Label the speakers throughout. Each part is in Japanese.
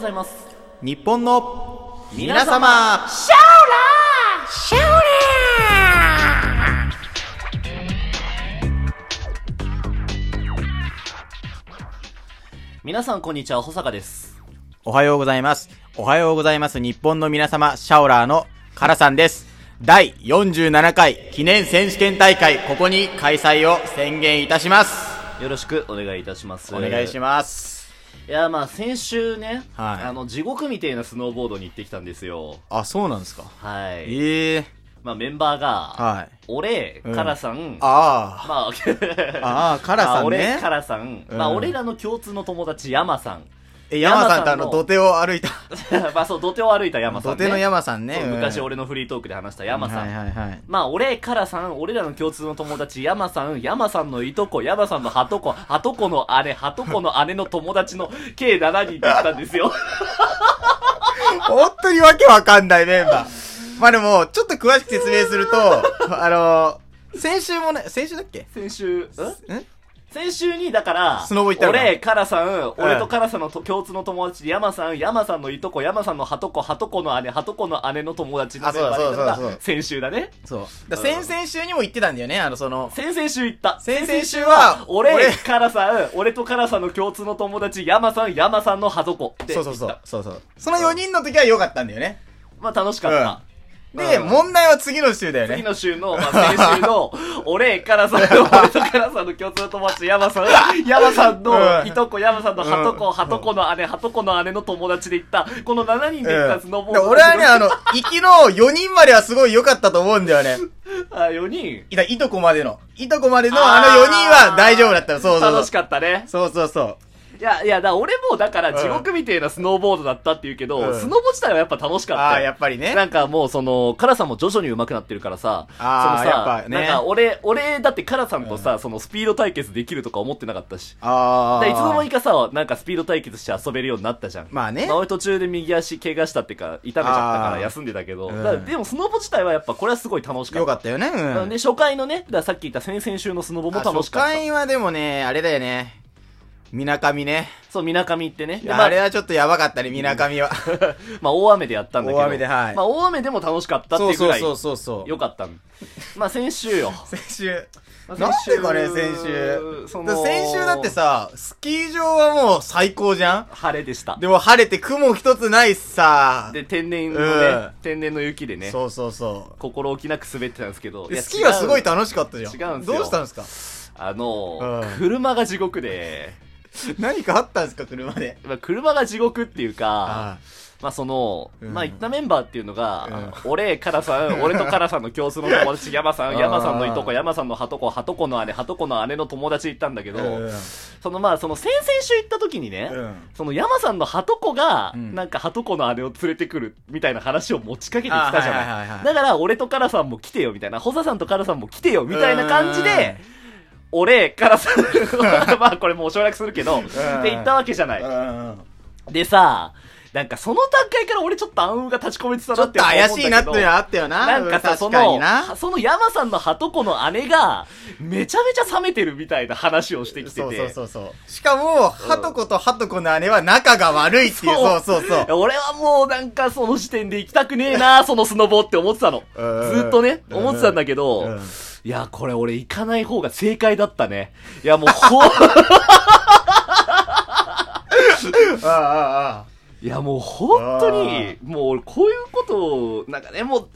Speaker 1: ざいます
Speaker 2: 日本の皆様
Speaker 1: シャオラーシャオラー皆さんこんにちは、保坂です。
Speaker 2: おはようございます。おはようございます。日本の皆様、シャオラーのカラさんです。第47回記念選手権大会、ここに開催を宣言いたします。
Speaker 1: よろしくお願いいたします。
Speaker 2: お願いします。
Speaker 1: す。いや、まあ先週ね、
Speaker 2: はい
Speaker 1: あの、地獄みたいなスノーボードに行ってきたんですよ。
Speaker 2: あ、そうなんですか。
Speaker 1: はい。
Speaker 2: ええ
Speaker 1: まあメンバーが、
Speaker 2: はい。
Speaker 1: 俺、
Speaker 2: うん
Speaker 1: カラさん、
Speaker 2: あ
Speaker 1: まあ、
Speaker 2: あ、 ああ、カラさ
Speaker 1: あ
Speaker 2: ん
Speaker 1: 俺、
Speaker 2: ね。
Speaker 1: カラさん、
Speaker 2: うん
Speaker 1: まあ俺らの共通の友達、ヤマさん。
Speaker 2: え、山さん
Speaker 1: 山
Speaker 2: とあ
Speaker 1: さんの
Speaker 2: の、土手を歩いた。
Speaker 1: まあそう、土手を歩いたヤマさん、
Speaker 2: 土
Speaker 1: ね。
Speaker 2: 手の山さんね。
Speaker 1: そう
Speaker 2: うん
Speaker 1: 昔俺のフリートークで話したヤマさん。
Speaker 2: はいはいはい。
Speaker 1: まあ、俺、カラさん、俺らの共通の友達、ヤマさん、ヤマさんのいとこ、ヤマさんのハトコ、ハトコの姉、ハトコの姉の友達の計7人だったんですよ。
Speaker 2: 本当にわけわかんないメンバー。まあでも、ちょっと詳しく説明する と、あの、先週もね、先週だっけ
Speaker 1: 先週、ん
Speaker 2: ん
Speaker 1: 先週に、だから、
Speaker 2: スノボ行ったのか
Speaker 1: 俺、カラさん、俺とカラさんのと共通の友達、ヤマさん、ヤマさんのいとこ、ヤマさんのハトコ、ハトコの姉、ハトコの姉の友達の
Speaker 2: あ
Speaker 1: メ
Speaker 2: そ
Speaker 1: ン
Speaker 2: うだ
Speaker 1: バーだった
Speaker 2: そうだそう
Speaker 1: のが
Speaker 2: だ
Speaker 1: 先週だね。
Speaker 2: そう。だ先々週にも言ってたんだよね、あの、その、
Speaker 1: 先々週行った。
Speaker 2: 先々週は
Speaker 1: 俺、
Speaker 2: 俺
Speaker 1: カラさん、俺とカラさんの共通の友達、ヤマさん、ヤマさんのハトコって
Speaker 2: そ
Speaker 1: 言
Speaker 2: う
Speaker 1: った。
Speaker 2: そうそう。そうそう。その4人の時は良かったんだよね。
Speaker 1: まあ楽しかった。
Speaker 2: うんで、
Speaker 1: うん
Speaker 2: 問題は次の週だよ
Speaker 1: 次
Speaker 2: ね。
Speaker 1: の週の、まあ、先週 の、俺、カラさん、 俺とカラさんの共通の友達、ヤマさ ん、ヤマさんの
Speaker 2: うん
Speaker 1: いとこ、ヤマさんのハト
Speaker 2: う
Speaker 1: コ、
Speaker 2: ん
Speaker 1: ハトコの姉、ハトコの姉の友達で行った、この7人で行ったスノボ
Speaker 2: で俺はね、あの、行きの4人まではすごい良かったと思うんだよね。
Speaker 1: あ、4人。
Speaker 2: いた、いとこまでの。いとこまでのあの4人は大丈夫だったの。そうそうそう。
Speaker 1: 楽しかったね。
Speaker 2: そうそうそう。
Speaker 1: いや、いや、だから俺もだから
Speaker 2: うん
Speaker 1: 地獄みたいなスノーボードだったっていうけど、
Speaker 2: うん
Speaker 1: スノボ自体はやっぱ楽しかった
Speaker 2: あ
Speaker 1: よ。
Speaker 2: あ、やっぱりね。
Speaker 1: なんかもうその、カラさんも徐々に上手くなってるからさ、
Speaker 2: あ
Speaker 1: そ
Speaker 2: ー
Speaker 1: のさ
Speaker 2: やっぱね
Speaker 1: なんか俺、俺だってカラさんとさ、そのスピード対決できるとか思ってなかったし。
Speaker 2: ああ。
Speaker 1: でいつの間にかさ、なんかスピード対決して遊べるようになったじゃん。
Speaker 2: まあね
Speaker 1: まあ、俺途中で右足怪我したってか、痛めちゃったから
Speaker 2: あー
Speaker 1: 休んでたけど、
Speaker 2: うん
Speaker 1: だからでもスノボ自体はやっぱこれはすごい楽しか
Speaker 2: 良
Speaker 1: った。
Speaker 2: かったよね。う
Speaker 1: なんん。で初回のね、だからさっき言った先々週のスノボも楽しかっ
Speaker 2: あ初
Speaker 1: た。
Speaker 2: 回はでもね、あれだよね。みなかみね。
Speaker 1: そう、みなかみ行ってね。でまあ
Speaker 2: あれはちょっとやばかったね、みなかみは。
Speaker 1: まあ大雨でやったんだけど。
Speaker 2: 大雨ではい
Speaker 1: まあ大雨でも楽しかったって
Speaker 2: そ
Speaker 1: いううぐ
Speaker 2: そう
Speaker 1: らい。
Speaker 2: そうそうそう。
Speaker 1: よかった。まあ先週よ。
Speaker 2: 先週。
Speaker 1: まあ
Speaker 2: なん
Speaker 1: 先
Speaker 2: で
Speaker 1: 週
Speaker 2: かね、先週。
Speaker 1: そ
Speaker 2: だ
Speaker 1: の
Speaker 2: 先週だってさ、スキー場はもう最高じゃん
Speaker 1: 晴れでした。
Speaker 2: でも晴れて雲一つないしさ。
Speaker 1: で、天然の
Speaker 2: うん
Speaker 1: ね、天然の雪でね、
Speaker 2: そうそうそ
Speaker 1: 心置きなく滑ってたんですけど、
Speaker 2: う。
Speaker 1: い
Speaker 2: で
Speaker 1: や
Speaker 2: スキーはすご
Speaker 1: 違
Speaker 2: い
Speaker 1: う
Speaker 2: 楽しかったじゃん。
Speaker 1: 違うんすよ
Speaker 2: どうしたんですか
Speaker 1: あの
Speaker 2: う
Speaker 1: ー、
Speaker 2: ん
Speaker 1: 車が地獄で、
Speaker 2: 何かあったんですか、車で。
Speaker 1: まあ車が地獄っていうか、まあその、
Speaker 2: うん
Speaker 1: まあ行ったメンバーっていうのが、
Speaker 2: うん
Speaker 1: あの俺、カラさ ん、俺とカラさんの共通の友達、ヤマさん、
Speaker 2: あー
Speaker 1: ヤマさんのいとこ、ヤマさんのハトコ、ハトコの姉、ハトコの姉の友達行ったんだけど、
Speaker 2: うん
Speaker 1: そのまあ、その先々週行った時にね、
Speaker 2: うん
Speaker 1: その山さんのハトコが、
Speaker 2: うん
Speaker 1: なんかハトコの姉を連れてくるみたいな話を持ちかけてきたじゃ
Speaker 2: あはいはいはい
Speaker 1: な。
Speaker 2: はいい
Speaker 1: だから俺とカラさんも来てよみたいな、ホサさんとカラさんも来てよみたいな感じで、俺、カラさん、 まあこれもう省略するけど、って言ったわけじゃな
Speaker 2: う
Speaker 1: い
Speaker 2: ん。。うん
Speaker 1: でさ、なんかその段階から俺ちょっと暗雲が立ち込めてた
Speaker 2: ち
Speaker 1: な
Speaker 2: ょ
Speaker 1: っ
Speaker 2: ってと
Speaker 1: 思うんだけ
Speaker 2: 怪
Speaker 1: ど
Speaker 2: しいなっていうのはあったよな。
Speaker 1: なんか
Speaker 2: う
Speaker 1: さ、そ
Speaker 2: 確かに
Speaker 1: の
Speaker 2: な、
Speaker 1: その山さんのハトコの姉が、めちゃめちゃ冷めてるみたいな話をしてきてて。
Speaker 2: そうそうそうそう。しかも、ハトコとハトコの姉は仲が悪いっていう。そうそうそう。
Speaker 1: 俺はもうなんかその時点で行きたくねえな、そのスノボって思ってたの。 ず
Speaker 2: うん
Speaker 1: ーっとね、思ってたんだけど、
Speaker 2: うん
Speaker 1: いや、これ俺行かない方が正解だったね。いや、もうほ、
Speaker 2: ああああ。
Speaker 1: いや、もう本当に
Speaker 2: あ、
Speaker 1: もう俺こういうことを、なんかね、もう、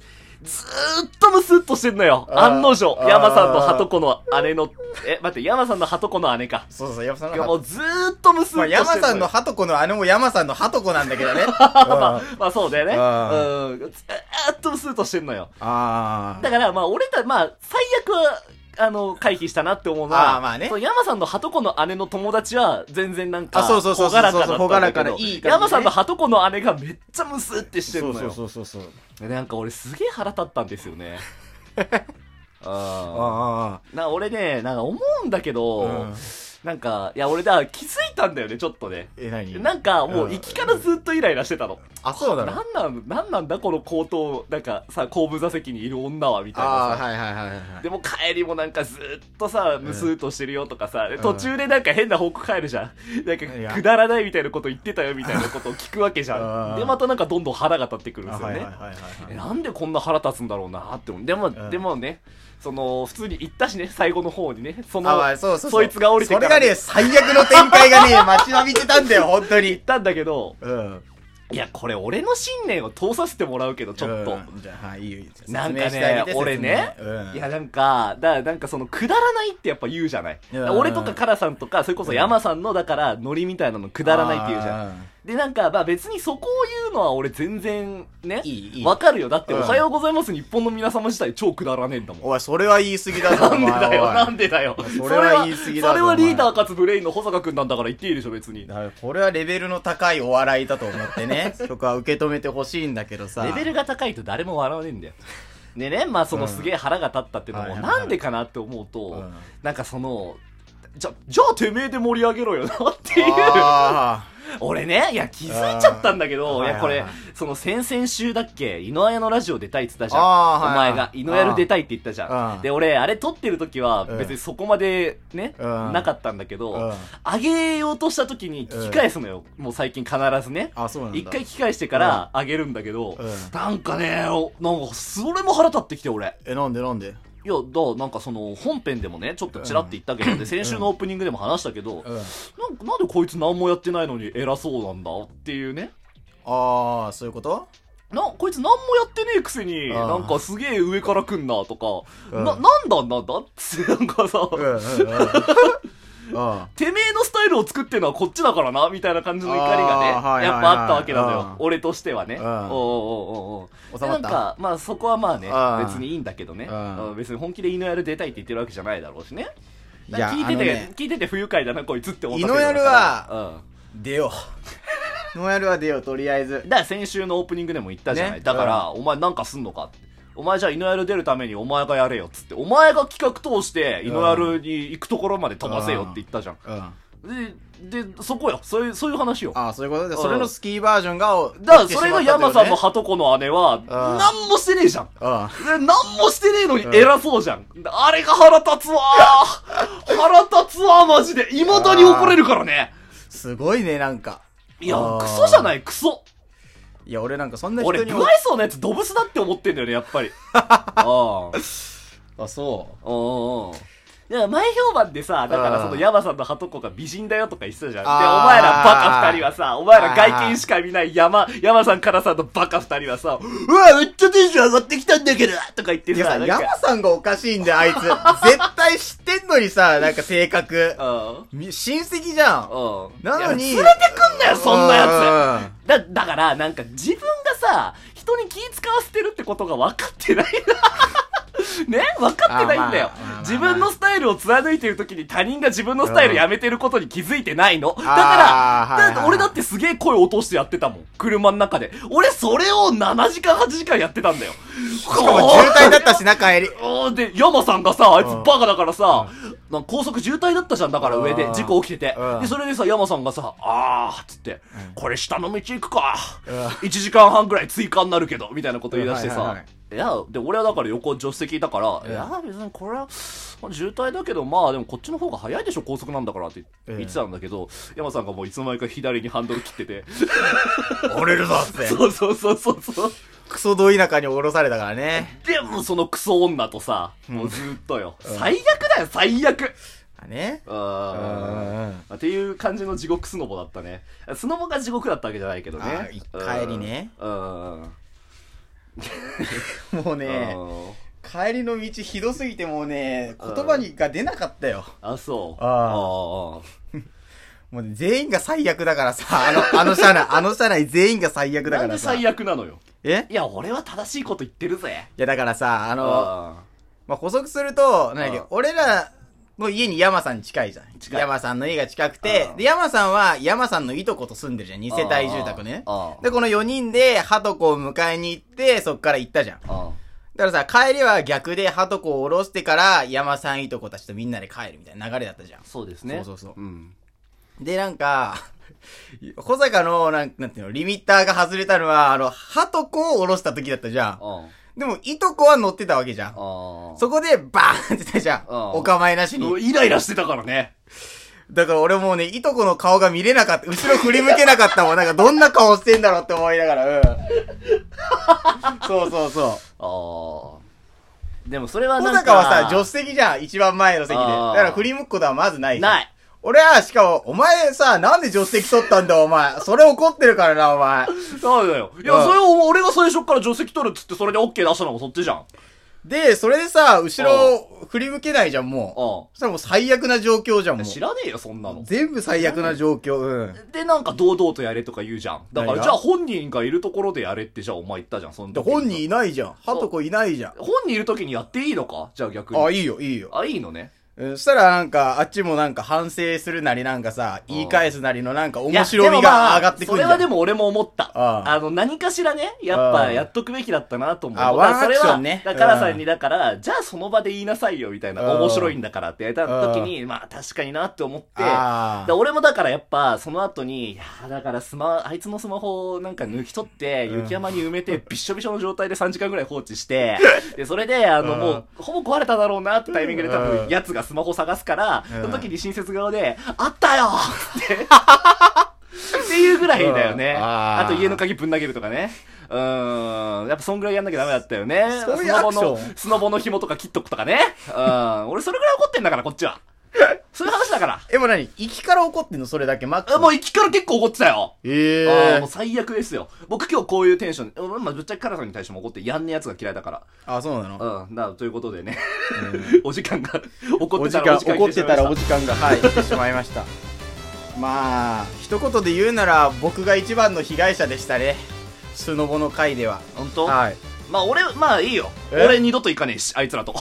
Speaker 1: ずーっとムスッとしてんのよ。
Speaker 2: あー
Speaker 1: 案の定
Speaker 2: あ。ー
Speaker 1: 山さんとハトコの姉の、え、待って、山さんのハトコの姉か。
Speaker 2: そうそう、山さん
Speaker 1: い
Speaker 2: の
Speaker 1: や、も
Speaker 2: ハト
Speaker 1: うずーっとムス
Speaker 2: ま
Speaker 1: ッ
Speaker 2: あ、
Speaker 1: としてんのよ。
Speaker 2: 山 さんのハトコの姉も山さんのハトコなんだけど ね。
Speaker 1: まあ
Speaker 2: あ、
Speaker 1: まあそうだよね。
Speaker 2: あ
Speaker 1: うん。ずーっとムスッとしてんのよ。
Speaker 2: あ
Speaker 1: だから、まあ、俺た、まあ、最悪は、あの、回避したなって思うのは、
Speaker 2: あーまあね
Speaker 1: その山さんのハトコの姉の友達は、全然なんか、
Speaker 2: あそうそうそうそ
Speaker 1: 朗
Speaker 2: う
Speaker 1: らかだったんだけど
Speaker 2: 朗らかないい感じね
Speaker 1: 山さんのハトコの姉がめっちゃムスってしてるのよ。
Speaker 2: そうそうそうそう。
Speaker 1: でなんか俺すげえ腹立ったんですよ ね。あ
Speaker 2: あ
Speaker 1: あ。な、俺ね、なんか思うんだけど、
Speaker 2: うん
Speaker 1: なんか、いや俺だ、気づいたんだよね、ちょっとね。
Speaker 2: え、何
Speaker 1: なんか、もう、行きからずっとイライラしてたの。
Speaker 2: あ、そうだろ。
Speaker 1: なんなん、なんなんだこの高等、なんかさ、後部座席にいる女は、みたいな
Speaker 2: ああ、
Speaker 1: さ。
Speaker 2: はいはいはいはい。
Speaker 1: でも帰りもなんかずっとさ、ムスーとしてるよとかさ、で途中でなんか変な報告帰るじゃん。なん
Speaker 2: いや
Speaker 1: かくだらないみたいなこと言ってたよみたいなことを聞くわけじ
Speaker 2: あ
Speaker 1: ゃ
Speaker 2: ー
Speaker 1: ん。で、またなんかどんどん腹が立ってくるん
Speaker 2: あ
Speaker 1: ですよ
Speaker 2: はいはい
Speaker 1: ね
Speaker 2: は。い
Speaker 1: え
Speaker 2: はい。
Speaker 1: なんでこんな腹立つんだろうなって思う。でも、
Speaker 2: ん
Speaker 1: でもね、その、普通に言ったしね、最後の方にね、その、
Speaker 2: あまあそうそうう
Speaker 1: いつが降りて
Speaker 2: そ
Speaker 1: か
Speaker 2: れ
Speaker 1: ら、
Speaker 2: がね、最悪の展開がね、待ちわびてたんだよ、本当
Speaker 1: 言っ
Speaker 2: に。
Speaker 1: たんだけど、
Speaker 2: うん。
Speaker 1: いや、これ俺の信念を通させてもらうけど、ちょっと。
Speaker 2: うんじゃあ、はい、いいよ。説明
Speaker 1: なんか
Speaker 2: してあ
Speaker 1: ね
Speaker 2: げ、て
Speaker 1: 俺ね、
Speaker 2: 説明うん。
Speaker 1: いやなんか、だなんかその、くだらないってやっぱ言うじゃない。
Speaker 2: うん
Speaker 1: 俺とかカラさんとか、それこそ山さんの、だから、ノリみたいなのくだらないって言うじゃん。
Speaker 2: あー。
Speaker 1: で、なんか、まあ別にそこを言うのは俺全然、ね
Speaker 2: いいい、い
Speaker 1: わかるよ。だって、
Speaker 2: うん
Speaker 1: おはようございます日本の皆様自体超くだらねえんだもん。
Speaker 2: おい、それは言い過ぎだ
Speaker 1: な
Speaker 2: ぞ、
Speaker 1: んでだよ、
Speaker 2: お前
Speaker 1: なんでだよ。
Speaker 2: それは言い過ぎだぞ
Speaker 1: それは
Speaker 2: お前
Speaker 1: リーダーかつブレインの保坂くんなんだから言っていいでしょ、別に。レ
Speaker 2: だからこれはレベルの高いお笑いだと思っ てね、そこは受け止めてほしいんだけどさ。
Speaker 1: ベルが高いと誰も笑わねえんだよ。でね、まあそのすげえ腹が立ったっていうの
Speaker 2: は
Speaker 1: も、
Speaker 2: いはいはい
Speaker 1: なんでかなって思うと、
Speaker 2: うん
Speaker 1: なんかその、じゃ、じゃあてめえで盛り上げろよなっていう。
Speaker 2: あ
Speaker 1: 俺ね、いや気づいちゃったんだけ
Speaker 2: う
Speaker 1: ど、
Speaker 2: ん
Speaker 1: いやこ
Speaker 2: はい
Speaker 1: れ
Speaker 2: はいは、
Speaker 1: その先々週だっけ、井の綾のラジオ出たいって言ったじゃん。
Speaker 2: あーはい
Speaker 1: お前が、井のやる出たいって言ったじ
Speaker 2: う
Speaker 1: ゃ
Speaker 2: ん
Speaker 1: ん。で、俺、あれ撮ってる時は
Speaker 2: うん
Speaker 1: 別にそこまでね、
Speaker 2: うん
Speaker 1: なかったんだけど、
Speaker 2: うん
Speaker 1: 上げようとした時に聞き返すのよ、もう最近必ずね
Speaker 2: あ。あ、そうなんだ。
Speaker 1: 一回聞き返してから上げるんだけど、
Speaker 2: うん
Speaker 1: なんかねおなんかそれも腹立ってきて俺
Speaker 2: え、なんでなんで
Speaker 1: いやだからなんかその本編でもねちょっとちらって言ったけど、で先週のオープニングでも話したけど、
Speaker 2: うん。
Speaker 1: なんかなんでこいつ何もやってないのに偉そうなんだっていうね
Speaker 2: ああ、そういうこと
Speaker 1: な、こいつ何もやってねえくせに、
Speaker 2: あー
Speaker 1: なんかすげえ上から来んなとか、
Speaker 2: うん
Speaker 1: な、なんだなんだ って、なんかさ、
Speaker 2: うんうんうん。 あ
Speaker 1: てめえのスタイルを作ってるのはこっちだからな、みたいな感じの怒りがね、
Speaker 2: あーはいはい
Speaker 1: や
Speaker 2: はい
Speaker 1: っぱあったわけなの
Speaker 2: うん
Speaker 1: よ。俺としてはね。
Speaker 2: う
Speaker 1: お
Speaker 2: ん
Speaker 1: うおうおうおう
Speaker 2: 収まった
Speaker 1: でなんか、まあそこはまあね
Speaker 2: うん、
Speaker 1: 別にいいんだけどね。
Speaker 2: うん
Speaker 1: うん別に本気で犬やる出たいって言ってるわけじゃないだろうしね。
Speaker 2: いや、あ
Speaker 1: 聞い
Speaker 2: の
Speaker 1: てて、
Speaker 2: ね、
Speaker 1: 聞いてて不愉快だな、こいつって思ったけど
Speaker 2: 犬やるは、
Speaker 1: うん
Speaker 2: 出よう。ノエルは出よう、とりあえず。
Speaker 1: だから先週のオープニングでも言ったじゃない。
Speaker 2: ね
Speaker 1: だから、お前なんかすんのかって。お前じゃあ、イノヤル出るためにお前がやれよっつって、お前が企画通して、イノヤルに行くところまで飛ばせよって言ったじゃん。
Speaker 2: うん。あ
Speaker 1: で、で、そこよ。そういう、そういう話よ。
Speaker 2: あ、そういうことで、
Speaker 1: うん
Speaker 2: それのスキーバージョンが、お
Speaker 1: だから、それが山さんの
Speaker 2: できてしまったってこ
Speaker 1: ハトコの姉は、なんもしてねえじゃん。
Speaker 2: とねうん。
Speaker 1: で、なんもしてねえのに偉そうじゃん。あれが腹立つわー腹立つわーマジで。未だに怒れるからね。
Speaker 2: すごいね、なんか。
Speaker 1: いや
Speaker 2: あー、
Speaker 1: クソじゃない、クソ。
Speaker 2: いや、俺なんかそんな人
Speaker 1: 俺、
Speaker 2: に
Speaker 1: 不
Speaker 2: も。
Speaker 1: 愛想なやつ、ドブスだって思ってんだよね、やっ ぱり。ああ。
Speaker 2: あ、そう。
Speaker 1: おうおうだから前評判でさ、だからそ
Speaker 2: うん
Speaker 1: のヤマさんのハトコが美人だよとか言ってたじゃん。で、お
Speaker 2: あー
Speaker 1: 前らバカ二人はさ、お前ら外見しか見ない山、山さんからさんのバカ二人はさ、うわ、めっちゃテンション上がってきたんだけどとか言って
Speaker 2: いや
Speaker 1: さ、
Speaker 2: さ、
Speaker 1: なん
Speaker 2: 山
Speaker 1: か、
Speaker 2: さんがおかしいんだよ、あいつ。絶対知ってんのにさ、なんか性格。
Speaker 1: うん。
Speaker 2: み親戚じゃん。
Speaker 1: うん。
Speaker 2: なのに
Speaker 1: いや連れてくんなよ、そんなや
Speaker 2: や
Speaker 1: つ。だ、だから、なんか自分がさ、人に気使わせてるってことが分かってない な。ね分かってないんだよ
Speaker 2: あまあまあまあまあ。
Speaker 1: 自分のスタイルを貫いてる時に他人が自分のスタイルやめてることに気づいついてないの。だ
Speaker 2: あー
Speaker 1: か
Speaker 2: はいはい
Speaker 1: ら、だ俺だってすげえ声落としてやってたもん。車の中で。俺それを7時間8時間やってたんだよ。しか
Speaker 2: つ。しかも渋滞だったしな、帰 り。
Speaker 1: おーで、ヤマさんがさ、あいつ
Speaker 2: うん
Speaker 1: バカだからさ、なんか高速渋滞だったじゃん、だから上で
Speaker 2: うん、
Speaker 1: 事故起きてて
Speaker 2: うん。
Speaker 1: で、それでさ、ヤマさんがさ、あーっつって、これ下の道行くか。
Speaker 2: うん
Speaker 1: 1時間半ぐらい追加になるけど、みたいなこと言い出して
Speaker 2: うんはいは
Speaker 1: さ
Speaker 2: いはい。
Speaker 1: いや、で、俺はだから横助手席だか
Speaker 2: ん
Speaker 1: ら、いや、別にこれは、渋滞だけど、まあでもこっちの方が早いでしょ、高速なんだからって
Speaker 2: うん
Speaker 1: 言ってたんだけど、ヤマさんがもういつの間にか左にハンドル切ってて、
Speaker 2: 折れるぞって。
Speaker 1: そうそうそうそうそう。
Speaker 2: クソど田舎に降ろされたからね。
Speaker 1: でもそのクソ女とさ、もうずっとよ。最悪だよ、最悪
Speaker 2: あね。
Speaker 1: あ
Speaker 2: うん
Speaker 1: ーっていう感じの地獄スノボだったね。スノボが地獄だったわけじゃないけど
Speaker 2: あ
Speaker 1: ね
Speaker 2: ー。一回りね
Speaker 1: うん。うん。
Speaker 2: もうね、
Speaker 1: うん
Speaker 2: 帰りの道ひどすぎてもうね、言葉にが出なかったよ。
Speaker 1: あ、そう。あ
Speaker 2: あもうね全員が最悪だからさ、あの、あの車内、あの車内全員が最悪
Speaker 1: ー。
Speaker 2: だ
Speaker 1: な
Speaker 2: か
Speaker 1: んで
Speaker 2: らさ。
Speaker 1: 最悪なのよ。
Speaker 2: え
Speaker 1: いや、俺は正しいこと言ってるぜ。
Speaker 2: いやだからさ、あの、
Speaker 1: あ
Speaker 2: まあ、補足すると、なんだっけ
Speaker 1: うん
Speaker 2: 俺らの家に山さん近いじゃん。
Speaker 1: 近い
Speaker 2: 山さんの家が近くて
Speaker 1: う、ん
Speaker 2: で、山さんは山さんのいとこと住んでるじゃん。二世帯住宅ね
Speaker 1: うんうん。
Speaker 2: で、この4人で、ハトコを迎えに行って、そっから行ったじゃん。
Speaker 1: ーあ
Speaker 2: だからさ、帰りは逆で、ハトコを下ろしてから、山さんいとこたちとみんなで帰るみたいな流れだったじゃん
Speaker 1: ー。そうですね。
Speaker 2: そうそうそう
Speaker 1: うん。
Speaker 2: で、なんか、 小坂の、なん、なんていうの、リミッターが外れたのは、あの、ハトコを下ろした時だったじゃん。
Speaker 1: うん。
Speaker 2: でも、いとこは乗ってたわけじゃん。
Speaker 1: あ
Speaker 2: そこで、バーンってたじゃん。
Speaker 1: うん
Speaker 2: お構いなしに。
Speaker 1: イライラしてたからね。
Speaker 2: だから俺もうね、いとこの顔が見れなかった。後ろ振り向けなかったもん。なんかどんな顔してんだろうって思いなが ら、うん。そうそうそう。
Speaker 1: ああ。でもそれは
Speaker 2: 小
Speaker 1: なんか。
Speaker 2: 坂はさ、助手席じゃん。一番前の席で。だ
Speaker 1: あー
Speaker 2: から振り向くことはまずない。
Speaker 1: ない。
Speaker 2: 俺は、しかも、お前さ、なんで助手席取ったんだお前。それ怒ってるからな、お前。
Speaker 1: そうだよ。い
Speaker 2: うん
Speaker 1: や、それを俺が最初から定石取るっつってそれで OK 出したのもそっちじゃん。
Speaker 2: で、それでさ、後ろ振り向けないじゃん、もう。
Speaker 1: う
Speaker 2: そしたらもう最悪な状況じゃん、も
Speaker 1: ん。知
Speaker 2: う。
Speaker 1: らねえよ、そんなの。
Speaker 2: 全部最悪な状況、うん。
Speaker 1: で、なんか堂々とやれとか言うじゃん。だか
Speaker 2: 何が
Speaker 1: ら、じゃあ本人がいるところでやれって、じゃあお前言ったじゃん、その
Speaker 2: で、
Speaker 1: 時
Speaker 2: 本人いないじゃん。ハトコいないじゃん。
Speaker 1: 本人いる時にやっていいのかじゃあ逆に。
Speaker 2: あ、いいよ、いいよ。
Speaker 1: あ、いいのね。
Speaker 2: うんそしたらなんか、あっちもなんか反省するなりなんかさ、言い返すなりのなんか面白みが上がってくる
Speaker 1: いやでもまあそれ
Speaker 2: じゃ
Speaker 1: は
Speaker 2: ん。
Speaker 1: でも俺も思った。
Speaker 2: あ
Speaker 1: あ
Speaker 2: あ
Speaker 1: の、何かしらね、やっ
Speaker 2: ああ
Speaker 1: ぱやっとくべきだったなと思う。だ
Speaker 2: あ
Speaker 1: から
Speaker 2: ワンアクションね
Speaker 1: それは、だか
Speaker 2: うん
Speaker 1: らさんに、だから、じゃあその場で言いなさいよ、みたいな。
Speaker 2: うん
Speaker 1: 面白いんだからってやれた時に、まあ確かになって思って、
Speaker 2: あ
Speaker 1: で俺もだからやっぱその後に、いやーだからスマ、あいつのスマホをなんか抜き取って、
Speaker 2: うん
Speaker 1: 雪山に埋め て、びっしょびしょの状態で3時間ぐらい放置して、で、それで、あの、
Speaker 2: うん
Speaker 1: もう、ほぼ壊れただろうなってタイミングで多
Speaker 2: うん
Speaker 1: 分、奴がスマホ探すから、
Speaker 2: うん
Speaker 1: その時に親切側で、あったよ って。っていうぐらいだよね。
Speaker 2: うんあー
Speaker 1: あと家の鍵ぶん投げるとかね。うーん。やっぱそんぐらいやんなきゃダメだったよね。
Speaker 2: そういう
Speaker 1: スノボの
Speaker 2: アクション、
Speaker 1: スノボの紐とか切っとくとかね。うん。俺それぐらい怒ってんだから、こっち は。そういう話だから。
Speaker 2: え、もう何行きから怒ってんのそれだけ、マック
Speaker 1: あ
Speaker 2: ス。
Speaker 1: もう行きから結構怒ってたよ。
Speaker 2: え
Speaker 1: ああ、
Speaker 2: え
Speaker 1: もう最悪ですよ。僕今日こういうテンションで、うんまあ、ぶっちゃけカラさんに対しても怒ってやんねえやつが嫌いだか
Speaker 2: あ、そうなの
Speaker 1: ら。うん。な、ということでね。 お時間が、怒っ
Speaker 2: お
Speaker 1: て
Speaker 2: 時
Speaker 1: た
Speaker 2: 間
Speaker 1: ら
Speaker 2: 怒ってたらお
Speaker 1: 時
Speaker 2: 時間がはい来てしまいましたまあ一言で言うなら僕が一番の被害者でしたねスノボの回では
Speaker 1: 間。本当
Speaker 2: はい
Speaker 1: まあ俺、まあいいよ。
Speaker 2: え
Speaker 1: 俺二度と行かねえし、あいつらと。